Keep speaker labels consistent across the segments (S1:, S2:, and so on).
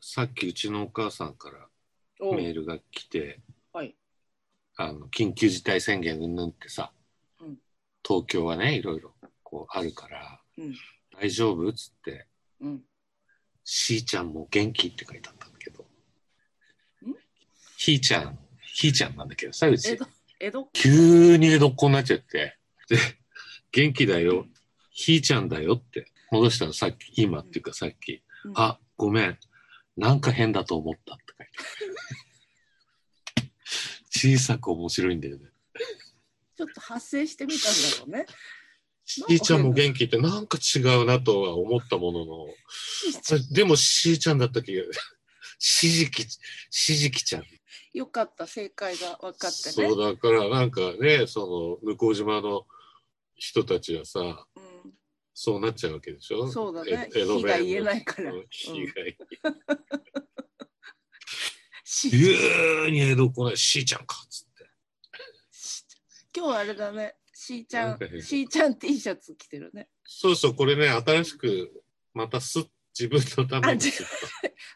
S1: さっきうちのお母さんから
S2: お
S1: メールが来て、
S2: はい。
S1: あの緊急事態宣言うんぬんってさ、
S2: うん
S1: 東京はねいろいろこうあるから
S2: うん。
S1: 「大丈夫?」っつって
S2: うん。
S1: 「しーちゃんも元気」って書いてあったんだけど
S2: ん
S1: ひーちゃんひーちゃんなんだけどさう
S2: 江
S1: ち
S2: 戸、江戸
S1: 急に江戸っ子になっちゃってで「元気だよひーちゃんだよ」って戻したのさっき今っていうかさっき「
S2: うん
S1: あごめんなんか変だと思った」って書いてあ る小さく面白いんだよね
S2: ちょっと発生してみたんだろうね。
S1: しーちゃんも元気ってなんか違うなとは思ったものの、それでもしーちゃんだったっけしじき、しじきちゃん。
S2: よかった、正解が分かってね。
S1: そうだからなんかね、その向島の人たちはさ、そうなっちゃうわけでしょ
S2: うん、そうだね。
S1: え江戸
S2: 火が言えないから。
S1: 弁の人
S2: うん
S1: 被害。
S2: し
S1: 急に江戸っ子なしーちゃんかっつって。
S2: し今日あれだね。しーちゃ
S1: なんか
S2: ん、
S1: 変
S2: しーちゃん T シャツ着てるね。
S1: そうそう、これね、新しくまたす自分のため
S2: あ
S1: に
S2: じゃ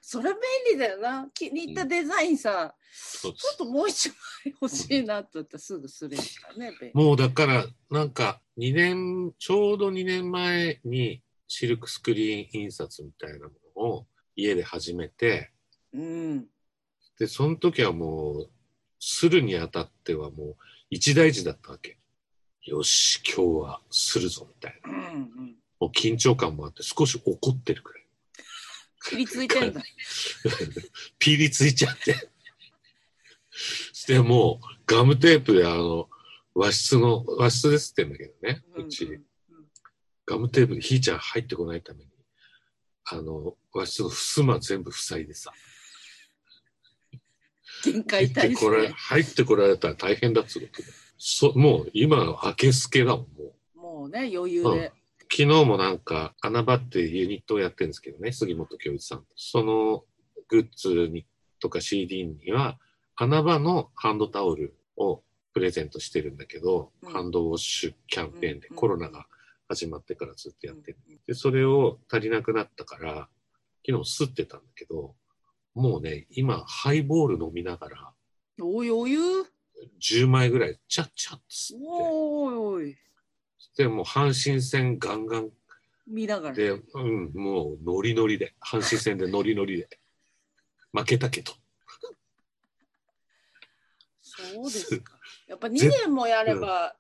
S2: それ便利だよな。気に入ったデザインさ、
S1: そう
S2: ちょっともう一枚欲しいなって言ったらすぐするからね。便利
S1: もうだから、なんか、2年、ちょうど2年前に、シルクスクリーン印刷みたいなものを家で始めて、
S2: うん。
S1: で、その時はもう、するにあたってはもう、一大事だったわけ。よし、今日はするぞ、みたいな。
S2: うんうん。
S1: もう緊張感もあって、少し怒ってるくらい。
S2: 切りつ いてんだ。
S1: ピリついちゃって。して、もう、ガムテープで、あの、和室の、和室ですって言うんだけどね、うち。
S2: うんうん
S1: ガムテープでひーちゃん入ってこないために、あの、和室の襖全部塞いでさ、
S2: 限
S1: 入
S2: 界
S1: っ
S2: 体
S1: てこら
S2: 制。
S1: 入ってこられたら大変だっつうことでそもう今の明けすけだもん、もう。
S2: もうね、余裕
S1: うん
S2: で。
S1: 昨日もなんか、穴場っていうユニットをやってるんですけどね、杉本京一さん。そのグッズにとか CD には、穴場のハンドタオルをプレゼントしてるんだけど、
S2: うん
S1: ハンドウォッシュキャンペーンで
S2: うん
S1: コロナが始まってからずっとやってる
S2: うんうん。
S1: で、それを足りなくなったから、昨日吸ってたんだけど、もうね、今、ハイボール飲みながら、
S2: おい余裕
S1: 10枚ぐらい、ちゃっちゃっと吸って、
S2: おーおいおい
S1: で、もう阪神戦ガンガン
S2: 見ながら
S1: で、うん、もうノリノリで、阪神戦でノリノリで、負けたけど、
S2: そうで すかやっぱ2年もやれば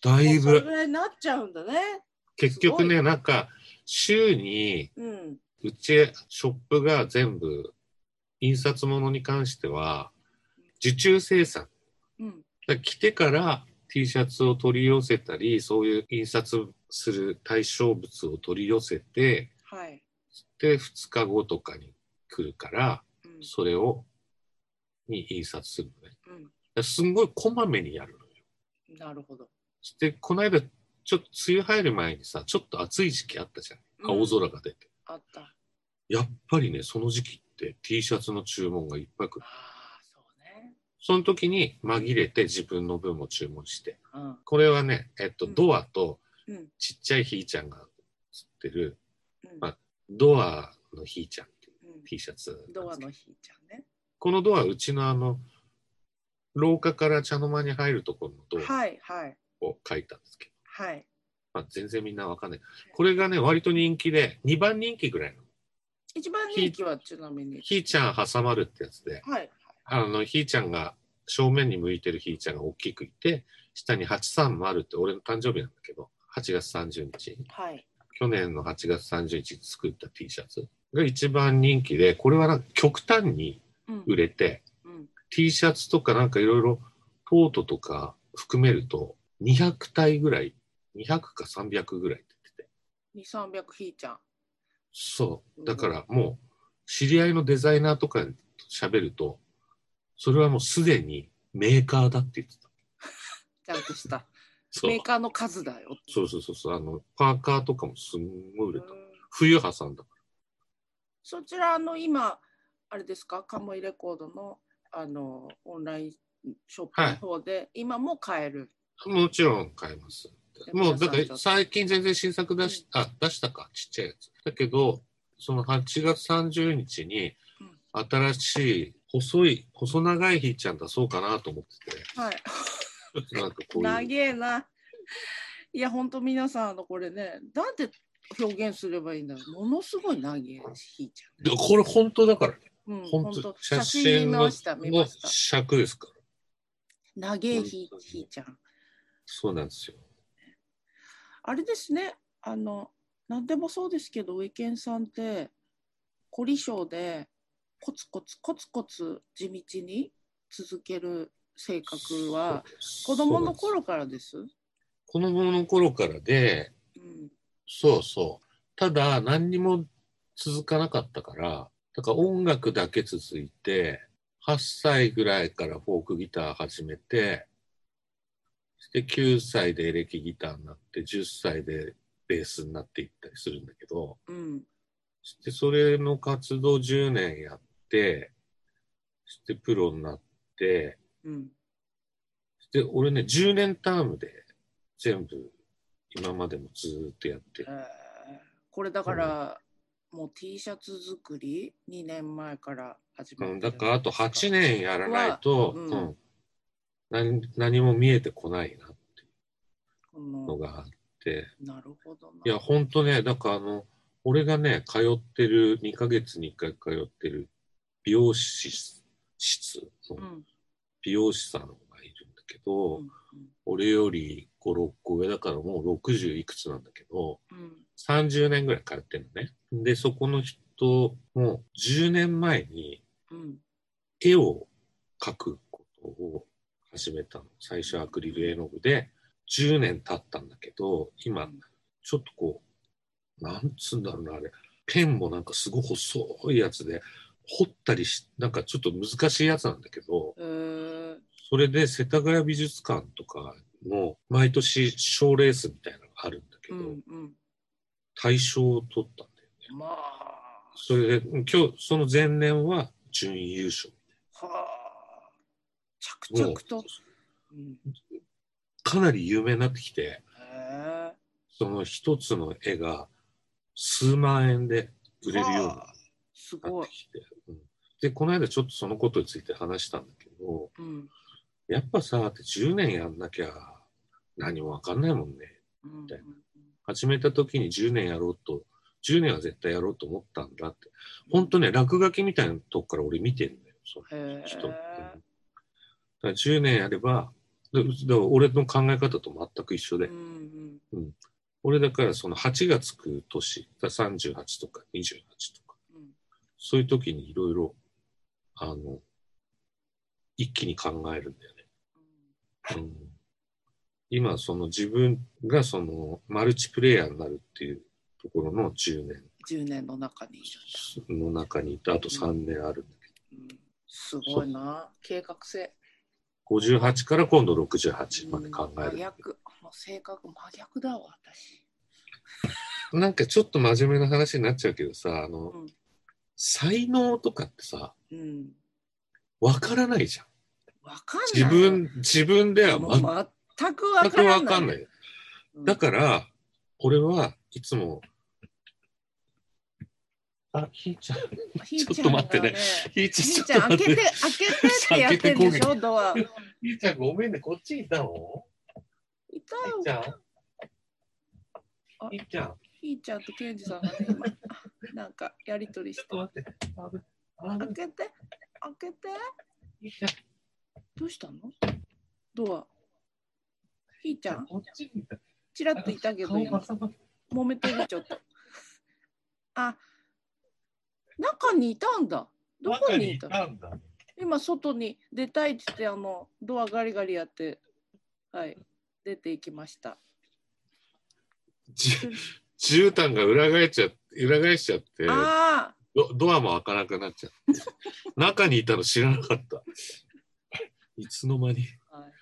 S1: だい
S2: もうそれぐ
S1: ぶ、
S2: らいになっちゃうんだね
S1: 結局
S2: す
S1: ね、なんか、週に、
S2: うん
S1: うち、ショップが全部、印刷物に関しては、受注生産。
S2: うん
S1: だから来てから T シャツを取り寄せたり、そういう印刷する対象物を取り寄せて、
S2: はい、
S1: で、2日後とかに来るから、
S2: うん
S1: それを、に印刷するのね。だか
S2: う
S1: らすんごいこまめにやるのよ。
S2: ん、なるほど
S1: で、この間、ちょっと梅雨入る前にさ、ちょっと暑い時期あったじゃん。青
S2: うん
S1: 空が出て。
S2: あった
S1: やっぱりね、その時期って T シャツの注文がいっぱい来る。
S2: ああそうね
S1: その時に紛れて自分の分も注文して。
S2: うん
S1: これはね、えっと、
S2: うん
S1: ドアと
S2: うん
S1: ちっちゃいひーちゃんが写ってる、
S2: うん、
S1: まあドアのひーちゃんっていう
S2: うん
S1: T シャツなんですけど。
S2: ドアのひーちゃんね
S1: このドア、うちのあの、廊下から茶の間に入るところのド
S2: はいはい
S1: アを書いたんですけど、
S2: はい
S1: まあ、全然みんなわかんない。これがね、割と人気で、2番人気ぐらいの。
S2: 一番人気はちなみに
S1: ひーちゃん挟まるってやつで、
S2: はいはい
S1: あの、ひーちゃんが、正面に向いてるひーちゃんが大きくいて、下に830って俺の誕生日なんだけど、8月30日、
S2: はい
S1: 去年の8月30日に作った T シャツが一番人気で、これはなんか極端に
S2: うん
S1: 売れて、
S2: うん、
S1: T シャツとかなんかいろいろトートとか含めると、200体ぐらい、200か300ぐらいって言ってて。
S2: 2300ひーちゃん
S1: そうう。
S2: ん
S1: だからもう、知り合いのデザイナーとかに喋ると、それはもうすでにメーカーだって言ってた。
S2: ちゃんとした
S1: そう
S2: メーカーの数だよ
S1: そうそうそうそう。あの、パーカーとかもすんごい売れた。
S2: うん
S1: 冬挟んだ。
S2: そちらあの今あれですかカモイレコードのあのオンラインショップの方で、今も買える。
S1: もちろん買います。もう、だか
S2: 皆さんちょっと
S1: ら最近全然新作出し、あ、出したか、ちっちゃいやつ。だけど、その8月30日に
S2: うん
S1: 新しい、細い、細長いひーちゃん出そうかなと思ってて、
S2: はい。
S1: なんかこう
S2: 長
S1: いう、
S2: えな。いや、本当皆さん、あの、これね、なんて表現すればいいんだろう。ものすごい長え、ひいち
S1: でこれ本当だからね、
S2: ゃん。うん、
S1: 本
S2: 本
S1: 当
S2: 当、
S1: 写
S2: 写
S1: 真
S2: 真見
S1: の
S2: ました、見
S1: の
S2: ました。
S1: 尺ですから。
S2: 長えひ、ひいちゃん。
S1: そうなんですよ。
S2: あれですね、あの、なんでもそうですけど、ウェケンさんって、凝り性で、コツコツコツコツ地道に続ける性格は、
S1: そう
S2: 子供の頃からです。う
S1: そうなんです子供の頃からで、
S2: ん。
S1: そうそう。ただ、何にも続かなかったから、だから音楽だけ続いて、8歳ぐらいからフォークギター始めて、で、9歳でエレキギターになって、10歳でベースになっていったりするんだけど、
S2: うん。
S1: してそれの活動10年やって、してプロになって、
S2: うん。
S1: で、俺ね、10年タームで全部、今までもずーっとやってる
S2: え。ーこれだから、もう T シャツ作り、2年前から始ま
S1: う
S2: っ
S1: ん、
S2: て
S1: だからあと8年やらない
S2: は
S1: と、
S2: うん
S1: うん何何も見えてこないなって
S2: こ
S1: いうの
S2: の
S1: があって、
S2: なるほどな。
S1: いや、ほんとね、だからあの、俺がね、通ってる、2ヶ月に1回通ってる美容師室
S2: う
S1: の
S2: ん。
S1: 美容師さんがいるんだけど、
S2: うん。
S1: 俺より5、6個上だからもう60いくつなんだけど、
S2: うん。
S1: 30年ぐらい通ってるのね。で、そこの人も10年前に
S2: うん。
S1: 絵を描くことを始めたの。最初はアクリル絵の具で10年経ったんだけど、
S2: う
S1: 今
S2: ん
S1: ちょっとこう、なんつうんだろうな、あれ。ペンもなんかすごい細いやつで、彫ったりし、なんかちょっと難しいやつなんだけど、
S2: えー
S1: それで世田谷美術館とかの毎年賞レースみたいなのがあるんだけ
S2: う
S1: ど、
S2: ん。うん。
S1: 大賞を取ったんだよね。
S2: まあ。
S1: それで、今日、その前年は準優勝。
S2: はあ。着々と。うん、
S1: かなり有名になってきて、
S2: へえ。
S1: その一つの絵が数万円で売れるように
S2: はあす
S1: な
S2: ご
S1: っ
S2: い
S1: て。きて、うんでこの間ちょっとそのことについて話したんだけど
S2: うん。
S1: やっぱさって10年やんなきゃ何も分かんないもんね
S2: うん。
S1: たい始めた時に10年やろうと10年は絶対やろうと思ったんだって本当ね落書きみたいなとこから俺見てるんだよそ
S2: へ
S1: の人、うんだか
S2: え。
S1: ら10年やればだだから俺の考え方と全く一緒で、
S2: うん。うん。
S1: 俺だからその8がつく年だから38とか28とか
S2: うん。
S1: そういう時にいろいろあの一気に考えるんだよね、うん、今その自分がそのマルチプレイヤーになるっていうところの10年
S2: 10年の中にいるんだ。
S1: の中にいてあと3年あるんだ
S2: うんすごいな。計画
S1: け
S2: 性。
S1: ど58から今度68まで考え
S2: うん真
S1: る、
S2: 逆。もう性格真逆だわ、私。
S1: なんかちょっと真面目な話になっちゃうけどさあの、
S2: うん
S1: 才能とかってさ
S2: うん。
S1: わからないじゃん
S2: わかんない。
S1: 自分自分では
S2: も
S1: 全く
S2: う全くわ
S1: 全
S2: か
S1: く
S2: らない。
S1: わかんない。
S2: うん
S1: だから、俺はいつも、あ、ひーちゃん、
S2: ひー
S1: ちょっと待ってね
S2: が
S1: ひーち
S2: ひーち
S1: ゃん、
S2: ゃん、
S1: ちょ
S2: 開
S1: っと
S2: け、
S1: 待ってて。
S2: 開けてってやってんでしょ、ドア。い
S1: ひーちゃん、ごめんね、こっちいたの
S2: た
S1: ひーち
S2: よ、
S1: ゃんひーちゃん、ちょっ
S2: ひーちゃんとケンジさんがね、今、 なんかやりとりして
S1: と。待って。あぶ
S2: 開けて、開けて、
S1: ひーちゃん、
S2: どうしたのドア。ひーちゃん、
S1: こっちにいた。
S2: ちらっといたけど、
S1: 顔
S2: 今
S1: がさばっ
S2: 揉めてる、ちょっと。あ、中にいたんだ。どこにいた
S1: 中にいたんだ。
S2: 今、外に出たいって言って、あの、ドアガリガリやって、はい、出ていきました。
S1: じゅ絨毯が裏返っちゃ裏返しちゃって
S2: ああ、
S1: ド、ドアも開かなくなっちゃって。 中にいたの知らなかった。いつの間に。
S2: はい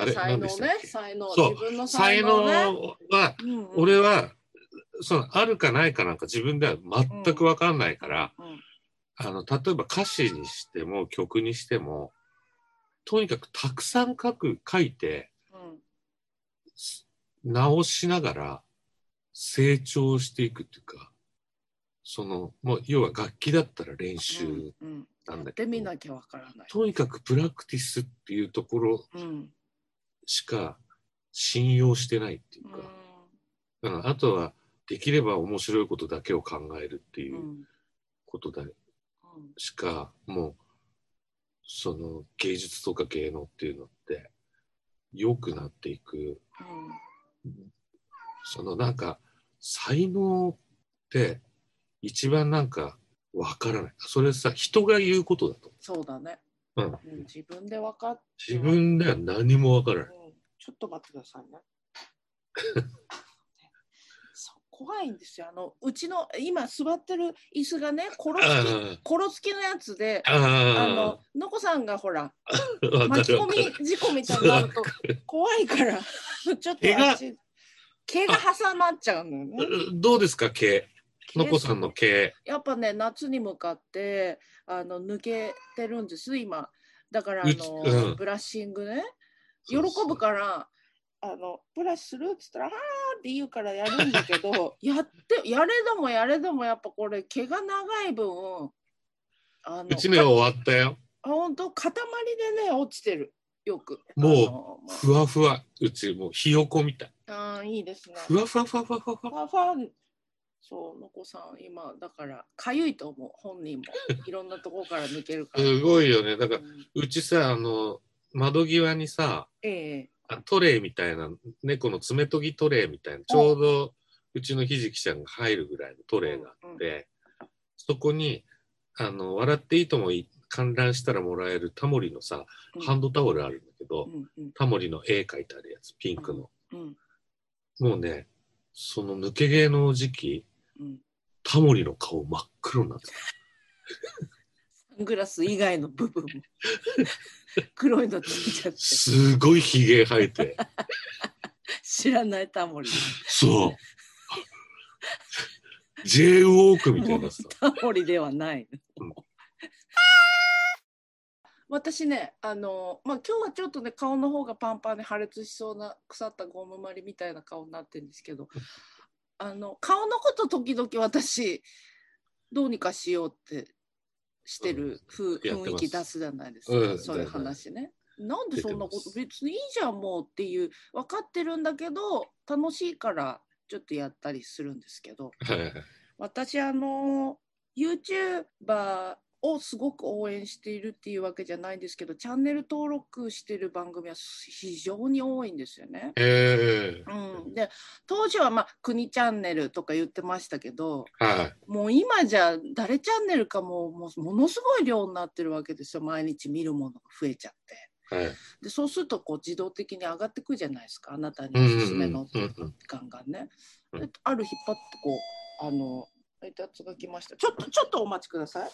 S1: あれ、
S2: 才
S1: 何で
S2: 能
S1: した
S2: ね
S1: っけ
S2: 才能
S1: そう
S2: 自分の
S1: 才
S2: 才能,、ね、
S1: 能は、
S2: うんうん
S1: 俺は、その、あるかないかなんか自分では全くわかんないから、
S2: うん
S1: あの、例えば歌詞にしても曲にしても、とにかくたくさん書く、書いて、
S2: うん
S1: 直しながら成長していくっていうか、その、もう要は楽器だったら練
S2: う
S1: 習
S2: ん、うん、や
S1: なんだ
S2: っ
S1: け
S2: て
S1: ど
S2: みなきゃわからない。
S1: とにかくプラクティスっていうところ
S2: うん。
S1: しか信用してないっていう
S2: う
S1: か、
S2: ん
S1: だからあとはできれば面白いことだけを考えるって
S2: う。
S1: いうんことだ
S2: うん
S1: しか、もうその芸術とか芸能っていうのって良くなっていくそのなんか才能って一番なんかわからないそれさ人が言うことだと、
S2: そうだね。
S1: うん、
S2: うん自分で分かって。
S1: 自分では何もわからない
S2: うんちょっと待ってくださいね。 そう怖いんですよ。あのうちの今座ってる椅子がね、コロ
S1: あ
S2: つ
S1: ー
S2: きコロつきのやつで、あ
S1: あ
S2: ののこさんがほら
S1: ーわか
S2: 巻き
S1: るわ
S2: 込
S1: かる
S2: み事故みたいになると怖いから、 ちょっと
S1: 毛が
S2: 足毛が挟まっちゃうのよね。
S1: どうですか毛のこさんの毛
S2: やっぱね夏に向かってあの抜けてるんです今だからあ
S1: うち
S2: の、
S1: うん
S2: ブラッシングね喜
S1: そうそう
S2: ぶからあのブラシするっつったら「あー」って言うからやるんだけど やってやれどもやれどもやっぱこれ毛が長い分あの
S1: うちのは終わったよ
S2: あ本当塊でね落ちてるよく
S1: もう
S2: あのま
S1: ふわふわうちもうひよこみたい
S2: ああーいいですね
S1: ふわふわふわふわふわふわ
S2: ファンファンそうのこさん今だからかゆいと思う本人もいろんなところから抜けるから。
S1: すごいよねだから
S2: うん
S1: うちさあの窓際にさ
S2: ええ
S1: あトレイみたいな猫の爪研ぎトレイみたいなちょうどうちのひじきちゃんが入るぐらいのトレイがあってそこにあの「笑っていいとも」観覧したらもらえるタモリのさ
S2: うん
S1: ハンドタオルあるんだけ
S2: う
S1: ど
S2: んうん
S1: タモリの絵描いてあるやつピンクの
S2: うん
S1: もうねその抜け毛の時期
S2: うん
S1: タモリの顔真っ黒になってた
S2: サングラス以外の部分も 黒いのついちゃって
S1: すごいひげ生えて
S2: 知らないタモリ
S1: そう。J ウォークみた
S2: も
S1: いうなさ。
S2: タモリではない
S1: うん
S2: 私ねあのまあ今日はちょっとね顔の方がパンパンで破裂しそうな腐ったゴムまりみたいな顔になってるんですけどあの顔のこと時々私どうにかしようってしてるふう
S1: やって
S2: 雰囲
S1: ます
S2: 気出すじゃないですか、
S1: うん
S2: そうい
S1: だよ
S2: う
S1: ね
S2: 話ね。なんでそんなこ
S1: 出てま
S2: と
S1: す
S2: 別にいいじゃんもうっていう分かってるんだけど楽しいからちょっとやったりするんですけど
S1: はいはいはい。
S2: 私あの YouTuber をすごく応援しているっていうわけじゃないんですけどチャンネル登録してる番組は非常に多いんですよね。
S1: え
S2: うん、で当時は、まあ「国チャンネル」とか言ってましたけど
S1: えはい。
S2: もう今じゃ誰チャンネルかももうものすごい量になってるわけですよ毎日見るものが増えちゃって。
S1: はい。
S2: でそうするとこう自動的に上がってくるじゃないですかあなたに
S1: うんう
S2: お
S1: んうん
S2: すすめの
S1: うんうん
S2: ガンガンね。
S1: うん
S2: である引っ張ってこうあの配達が来ましたちょっとちょっとお待ちください。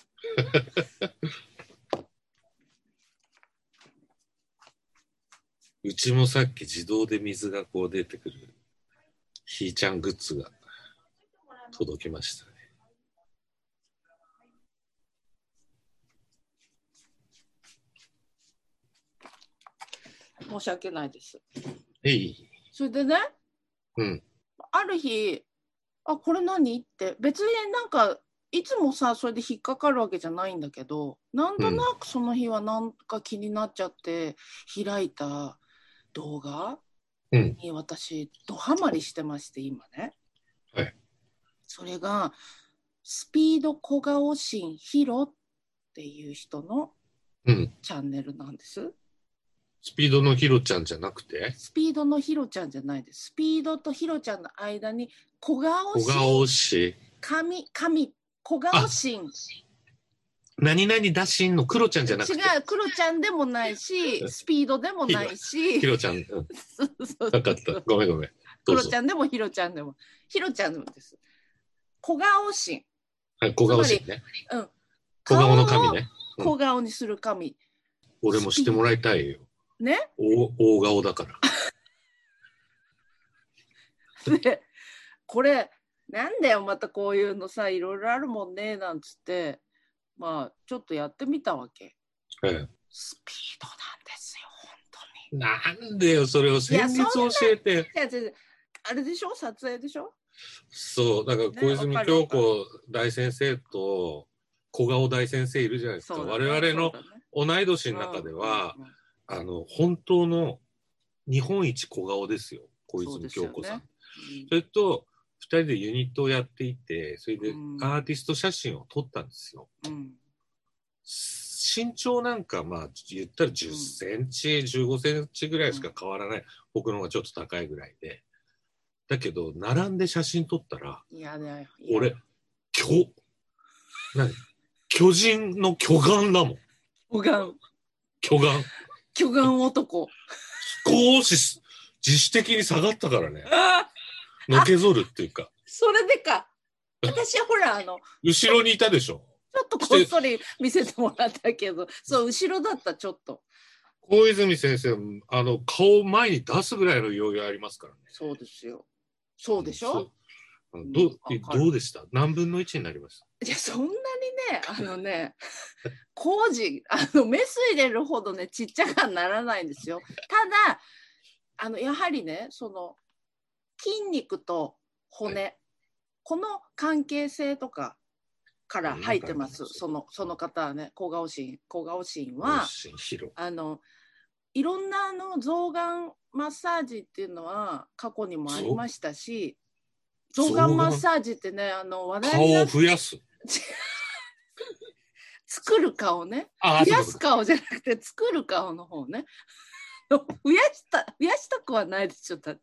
S1: うちもさっき自動で水がこう出てくる、ひーちゃんグッズが届きましたね。
S2: 申し訳ないです。
S1: えい。
S2: それでね
S1: うん。
S2: ある日「あこれ何?」って別になんかいつもさそれで引っかかるわけじゃないんだけどなんとなくその日はなんか気になっちゃって開いた動画
S1: うん
S2: に私ドハマりしてまして今ね。
S1: はい
S2: それがスピード小顔神ヒロっていう人の
S1: うん。
S2: チャンネルなんです。
S1: スピードのヒロちゃんじゃなくて、
S2: スピードのヒロちゃんじゃないです。スピードとヒロちゃんの間に小顔
S1: 小
S2: 神
S1: 顔し、
S2: 神神小顔神
S1: 何々だしんのクロちゃんじゃなくて、
S2: 違うクロちゃんでもな いしスピードでもないし
S1: ヒロちゃん。うん
S2: そうそうそ
S1: な
S2: う
S1: かった。ごめんごめん。
S2: ク
S1: どう
S2: ロ
S1: ぞ
S2: ち。ゃんでもヒロちゃんでもヒロちゃんでもです小顔神、
S1: はい、小顔しね。
S2: うん、
S1: 小顔の
S2: 顔
S1: 神
S2: を
S1: ね。うん
S2: 小顔にする神
S1: 俺もしてもらいたいよ。
S2: ね
S1: 大大顔だから。
S2: でこれなんだよまたこういうのさいろいろあるもんねなんつってまあちょっとやってみたわけ
S1: え
S2: スピードなんですよ本当に。
S1: えなんでよ、それを先日教えて。
S2: いや、全然あれでしょ撮影でしょ
S1: そう、だから
S2: ね
S1: 小泉
S2: わかる
S1: 京子大先生と小顔大先生いるじゃないですか。
S2: そうだね
S1: 我々の
S2: そうだね
S1: 同い年の中では、
S2: うんうんうん
S1: あの、本当の日本一小顔ですよ。小泉京子さん。そ,、
S2: そううん
S1: れと、二人でユニットをやっていて、それで
S2: うん
S1: アーティスト写真を撮ったんですよ。
S2: うん
S1: 身長なんか、まあ、言ったら10センチ、15センチぐらいしか変わらない。僕の方がちょっと高いぐらいで。だけど、並んで写真撮ったら、
S2: いやだよ。いや
S1: 俺、巨、何巨人の巨眼だもん。
S2: 巨岩、
S1: 巨眼。
S2: 巨岩男。
S1: 少し自主的に下がったからね。
S2: あー
S1: のけぞるっていうか。
S2: それでか。私ほら、あの、
S1: 後ろにいたでしょ。
S2: ちょっとこっそり見せてもらったけど、そう、後ろだった、ちょっと。
S1: 小泉先生、あの、顔を前に出すぐらいの余裕ありますからね。
S2: そうですよ。そうでし
S1: そ
S2: ょ
S1: ううんどう
S2: うんわかる
S1: どうでした何分の1になりました
S2: いや、そんなにね、あのね、工事、あの、メス入れるほどね、ちっちゃくはならないんですよ。ただ、あの、やはりね、その、筋肉と骨、この関係性とかから入ってま
S1: う
S2: す。
S1: ん
S2: その、その方はね、小顔心、小顔心は、
S1: 心広
S2: あの、いろんなあの増顔マッサージっていうのは過去にもありましたし、
S1: 増
S2: 増顔マッサージってね、あの話題
S1: 顔
S2: にな
S1: を
S2: っ
S1: 増やす。
S2: 作る顔ね
S1: あ
S2: 増やす顔じゃなくて作る顔の方ね 増やした増やしたくはないでしょだって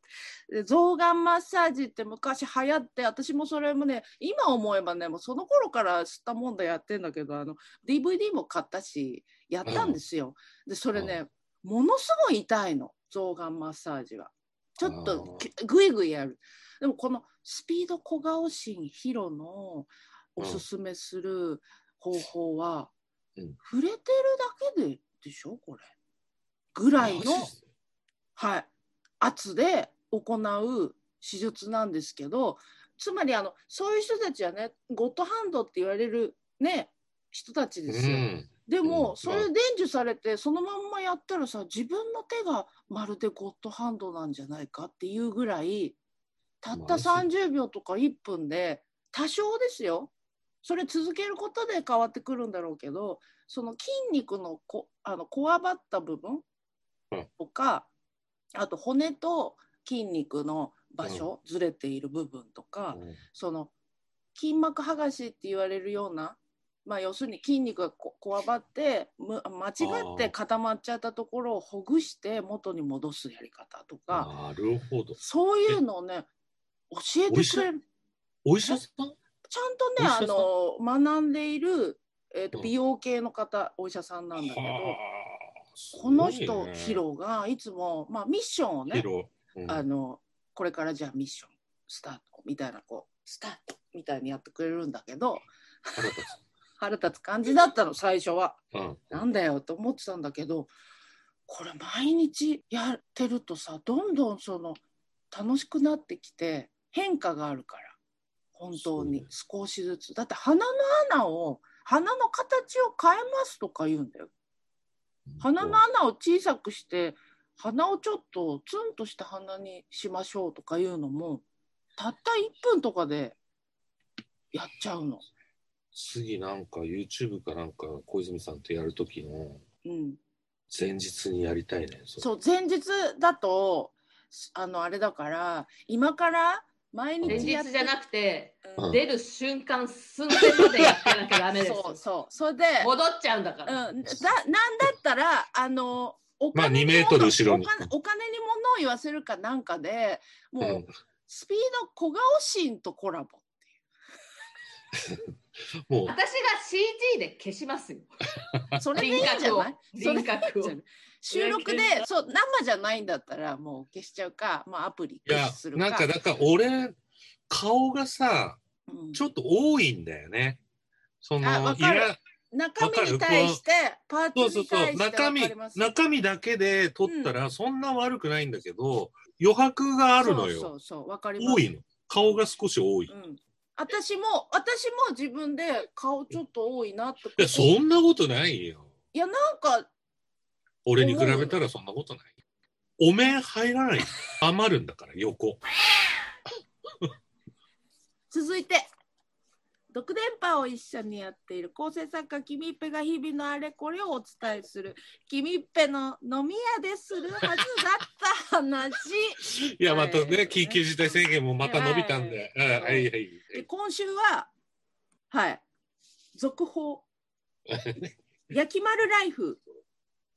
S2: で増顔マッサージって昔流行って私もそれもね今思えばねもうその頃から知ったもんだやってんだけどあの DVD も買ったしやったんですよ、でそれね、ものすごい痛いの増顔マッサージはちょっときぐいぐいやるでもこのスピード小顔心ヒロのおすすめする方法は、
S1: うん
S2: 触れてるだけででしょこれぐらいの、はい、圧で行う手術なんですけどつまりあのそういう人たちはねゴッドハンドって言われるね人たち
S1: う
S2: ですよ。
S1: ん。
S2: でも、
S1: うん
S2: それ伝授されてそのまんまやったらさ自分の手がまるでゴッドハンドなんじゃないかっていうぐらいたった
S1: マジ
S2: 30秒とか1分で多少ですよそれ続けることで変わってくるんだろうけどその筋肉のこあのこわばった部分
S1: うん
S2: とか、あと骨と筋肉の場所、ずれている部分とか、その筋膜剥がしって言われるような、まあ、要するに筋肉がここわばってむ間違って固まっちゃったところをほぐして元に戻すやり方とか
S1: なるほど。
S2: そういうのをね教えてくれる
S1: お医者さん
S2: ちゃんと
S1: お医者
S2: ね
S1: さ
S2: あの学んでいる、えーと
S1: うん
S2: 美容系の方お医者さんなんだけど、
S1: はあす
S2: こ
S1: ご
S2: の
S1: いね
S2: 人、ヒロがいつも、まあ、ミッションをね
S1: ヒロうん
S2: あのこれからじゃあミッションスタートみたいなこうスタートみたいにやってくれるんだけど
S1: 腹立つ
S2: 腹立つ感じだったの最初は。
S1: うん
S2: なんだよと思ってたんだけどこれ毎日やってるとさどんどんその楽しくなってきて変化があるから本当に少しずつだって鼻の穴を鼻の形を変えますとか言うんだよ鼻の穴を小さくして鼻をちょっとツンとした鼻にしましょうとかいうのもたった1分とかでやっちゃうの。
S1: 次なんか YouTube かなんか小泉さんとやる時の
S2: うん
S1: 前日にやりたいねそれ
S2: そう前日だとすあのあれだから今から毎
S1: 前
S3: 前
S2: 日
S3: 日
S2: やって
S3: じゃなくて、
S2: うん
S1: うん
S3: 出る瞬間寸前までやってなきゃダメです
S2: そうそうそれで、うん、
S3: 戻っちゃうんだから、
S2: だなんだったらあのお
S1: まあ
S2: 金に
S1: 2メートル後ろに
S2: お金お金に物を言わせるかなんかでもう、
S1: うん
S2: スピード小顔心とコラボ
S1: もう
S3: 私が CG で消しますよ
S2: それでいいん
S3: 輪
S2: じゃ
S3: 郭を
S2: ないそれ
S3: 輪郭を
S2: 収録で
S3: いや
S2: そう生じゃないんだったらもう消しちゃうか、まあ、アプリ
S1: い
S2: 消
S1: や
S2: しするか
S1: なんかだから俺顔がさ
S2: うん
S1: ちょっと多いんだよねそ
S2: あわ
S1: の
S2: かる
S1: いら
S2: 中身に対してパー
S1: そう
S2: ツ
S1: そう
S2: に
S1: そう
S2: 対して
S1: 中身
S2: わかります
S1: 中身だけで撮ったらそんな悪くないんだけど、余白があるのよ
S2: そうそうそう、わかります。
S1: 多いの顔が少し多い、い
S2: うん。私も、私も自分で顔ちょっと多いなって。
S1: やそんなことないよ
S2: いや、なんか、
S1: 俺に比べたらそんなことない。お面入らない。余るんだから、横。
S2: 続いて独電波を一緒にやっている構成作家きみっぺが日々のあれこれをお伝えするきみっぺの飲み屋でするはずだった話
S1: いや、また
S2: はい
S1: ね、緊急事態宣言もまた伸びたんで、うん
S2: い
S1: はいはい。
S2: で今週ははい 続報「焼き丸ライフ」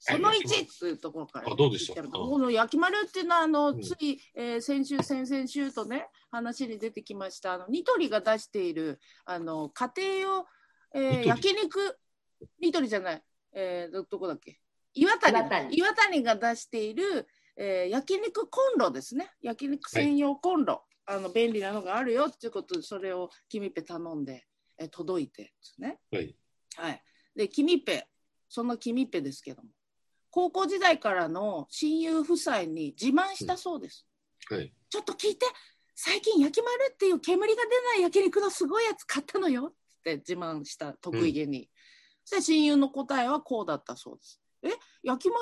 S2: その
S1: はい
S2: 1というところから
S1: あどうでした
S2: 聞い
S1: うん
S2: この焼き丸っていうのはあの、
S1: うん
S2: つい、えー先週先々週とね話に出てきましたあのニトリが出しているあの家庭用、えー
S1: ニトリ
S2: 焼肉ニトリじゃない、えーどどこだっけ岩谷だ
S3: 岩谷
S2: 岩谷が出している、えー焼肉コンロですね焼肉専用コンロ、あの便利なのがあるよっていうことでそれをキミペ頼んで、えー届いてですね
S1: はい。
S2: はいでキミペそのキミペですけども高校時代からの親友夫妻に自慢したそうです、
S1: はい。
S2: ちょっと聞いて最近焼き丸っていう煙が出ない焼肉のすごいやつ買ったのよって自慢した得意げに、そして親友の答えはこうだったそうですえ焼き丸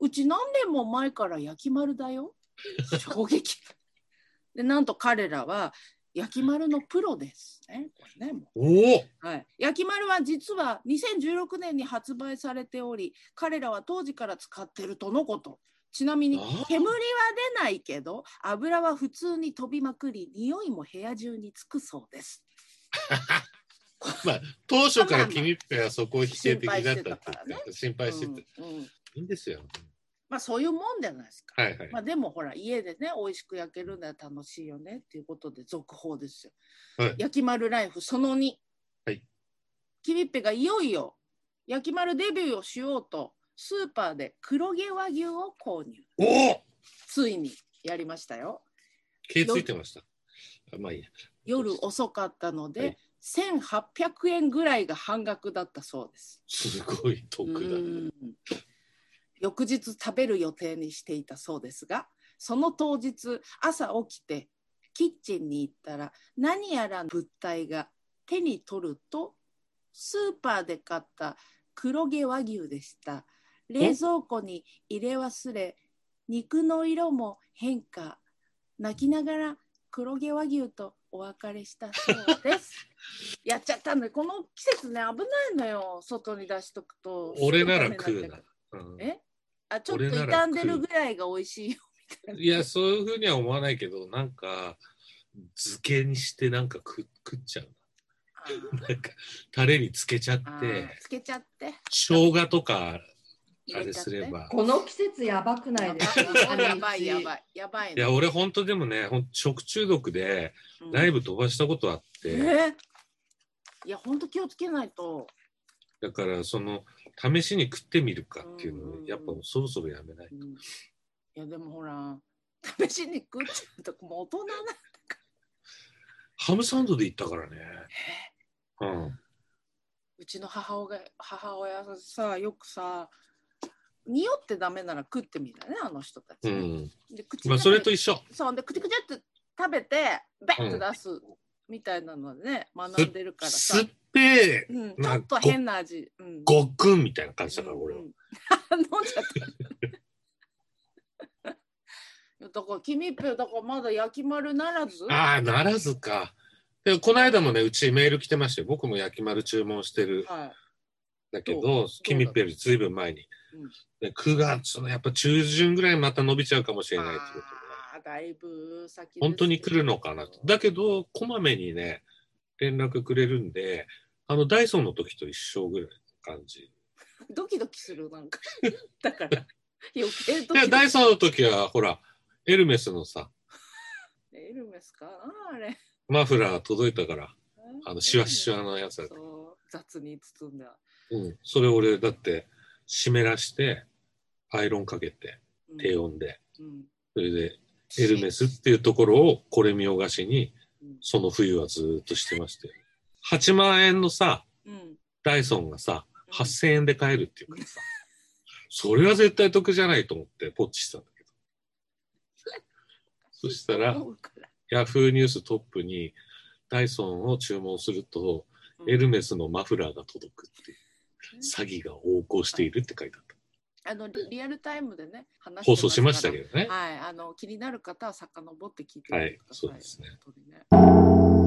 S2: うち何年も前から焼き丸だよ衝撃でなんと彼らは焼き丸のプロですねこれねもう
S1: おお
S2: はい、焼き丸は実は2016年に発売されており彼らは当時から使ってるとのことちなみに
S1: あー
S2: 煙は出ないけど油は普通に飛びまくり匂いも部屋中につくそうです
S1: まあ、当初から君っぺはそこを否定的だったって言っ
S2: 心配してたからね
S1: て心配してて、
S2: うんうん
S1: いいんですよ。
S2: まあそういうもんじゃないですか、
S1: はいはい。
S2: まあ、でもほら家でね美味しく焼けるのは楽しいよねっていうことで続報ですよ、
S1: はい
S2: 焼き丸ライフその2
S1: はい
S2: キミッペがいよいよ焼き丸デビューをしようとスーパーで黒毛和牛を購入
S1: おお
S2: ついにやりましたよ
S1: 毛ついてました。あまあいいや。
S2: 夜遅かったので、
S1: はい
S2: 1800円ぐらいが半額だったそうです
S1: すごい得だ。
S2: うん翌日食べる予定にしていたそうですがその当日朝起きてキッチンに行ったら何やら物体が手に取るとスーパーで買った黒毛和牛でした冷蔵庫に入れ忘れ肉の色も変化泣きながら黒毛和牛とお別れしたそうです やっちゃったんでこの季節ね危ないのよ外に出しとくと
S1: 俺なら食うな。うん
S2: えあちょっと
S1: 俺なら
S2: 傷んでるぐらいが美味しいよ みたいない
S1: や、そういうふうには思わないけど、なんか、漬けにしてなんか食食っちゃう
S2: あー
S1: な。なんか、タレに漬けちゃっ
S2: あ
S1: て
S2: ー、つけちゃって
S1: 生姜とか、あ
S2: 入
S1: れ
S2: れちゃっ
S1: す
S2: て
S1: れば。
S3: この季節やばくないです
S2: やばいやばいやば
S3: い。
S2: いやばい
S1: いや、俺本当でもね、ほんと食中毒で、
S2: うん
S1: ライブ飛ばしたことあって、
S2: えいや本当気をつけないと
S1: だから、その、試しに食ってみるかっていう
S2: うんうん
S1: の
S2: うん
S1: を、やっぱそろそろやめない。
S2: うんいやでもほら試しに食っちゃうとこもう大人な
S1: ハムサンドで行ったからね。うん。
S2: うちの母親が母親がさよくさ匂ってダメなら食ってみたいねあの人た
S1: う
S2: ち、
S1: ん。
S2: で口
S1: ま
S2: の
S1: あ、
S2: 中
S1: そ
S2: に
S1: れと一緒。
S2: そうでくちゃくちゃって食べてベッて出すみたいなのでね、学んでるからさ
S1: 酸、っぺえ、
S2: うん、ちょ
S1: なん
S2: っ
S1: か
S2: と変な味、うん、
S1: ごっくんみたいな感じだから、俺は
S2: うん。うん飲んじゃっただから君っぺだからまだ焼き丸ならず
S1: ああ、ならずか。で、この間もね、うちメール来てましたよ。僕も焼き丸注文してるん
S2: は
S1: だけ
S2: ど
S1: ど、君っぺよりずいぶん前に
S2: うん。
S1: で9月のやっぱ中旬ぐらいまた伸びちゃうかもし
S2: い、
S1: れないってことで、
S2: あーだいぶ先ですね
S1: 本当に来るのかなと。だけど、こまめにね、連絡くれるんで、あの、ダイソンの時と一緒ぐらいの感じ。
S2: ドキドキす るなんかだから余計ドキド
S1: で、
S2: キ
S1: ダイソンの時は、ほら、エルメスのさ、
S2: エルメスかなあれ
S1: マフラー届いたから、あの、シワシワのやつだ
S2: そう雑に包んだ
S1: うん、それ俺だって湿らしてアイロンかけて
S2: うん
S1: 低温で、
S2: うん
S1: それでエルメスっていうところをこれ見よがしに
S2: うん
S1: その冬はずーっとしてまして8万円のさ
S2: うん
S1: ダイソンがさ8000円で買えるっていうからさそれは絶対得じゃないと思ってポッチしたんだけどそしたら
S2: 思うから
S1: ヤフーニューストップにダイソンを注文するとエルメスのマフラーが届くっていう詐欺が横行しているって書いてあった
S2: あのリリアルタイムでね話
S1: 放送しましたけ
S2: ど
S1: どね
S2: はいあの気になる方は遡って聞いてみ
S1: は
S2: て
S1: い
S2: ください、
S1: そうですね
S2: 本当にね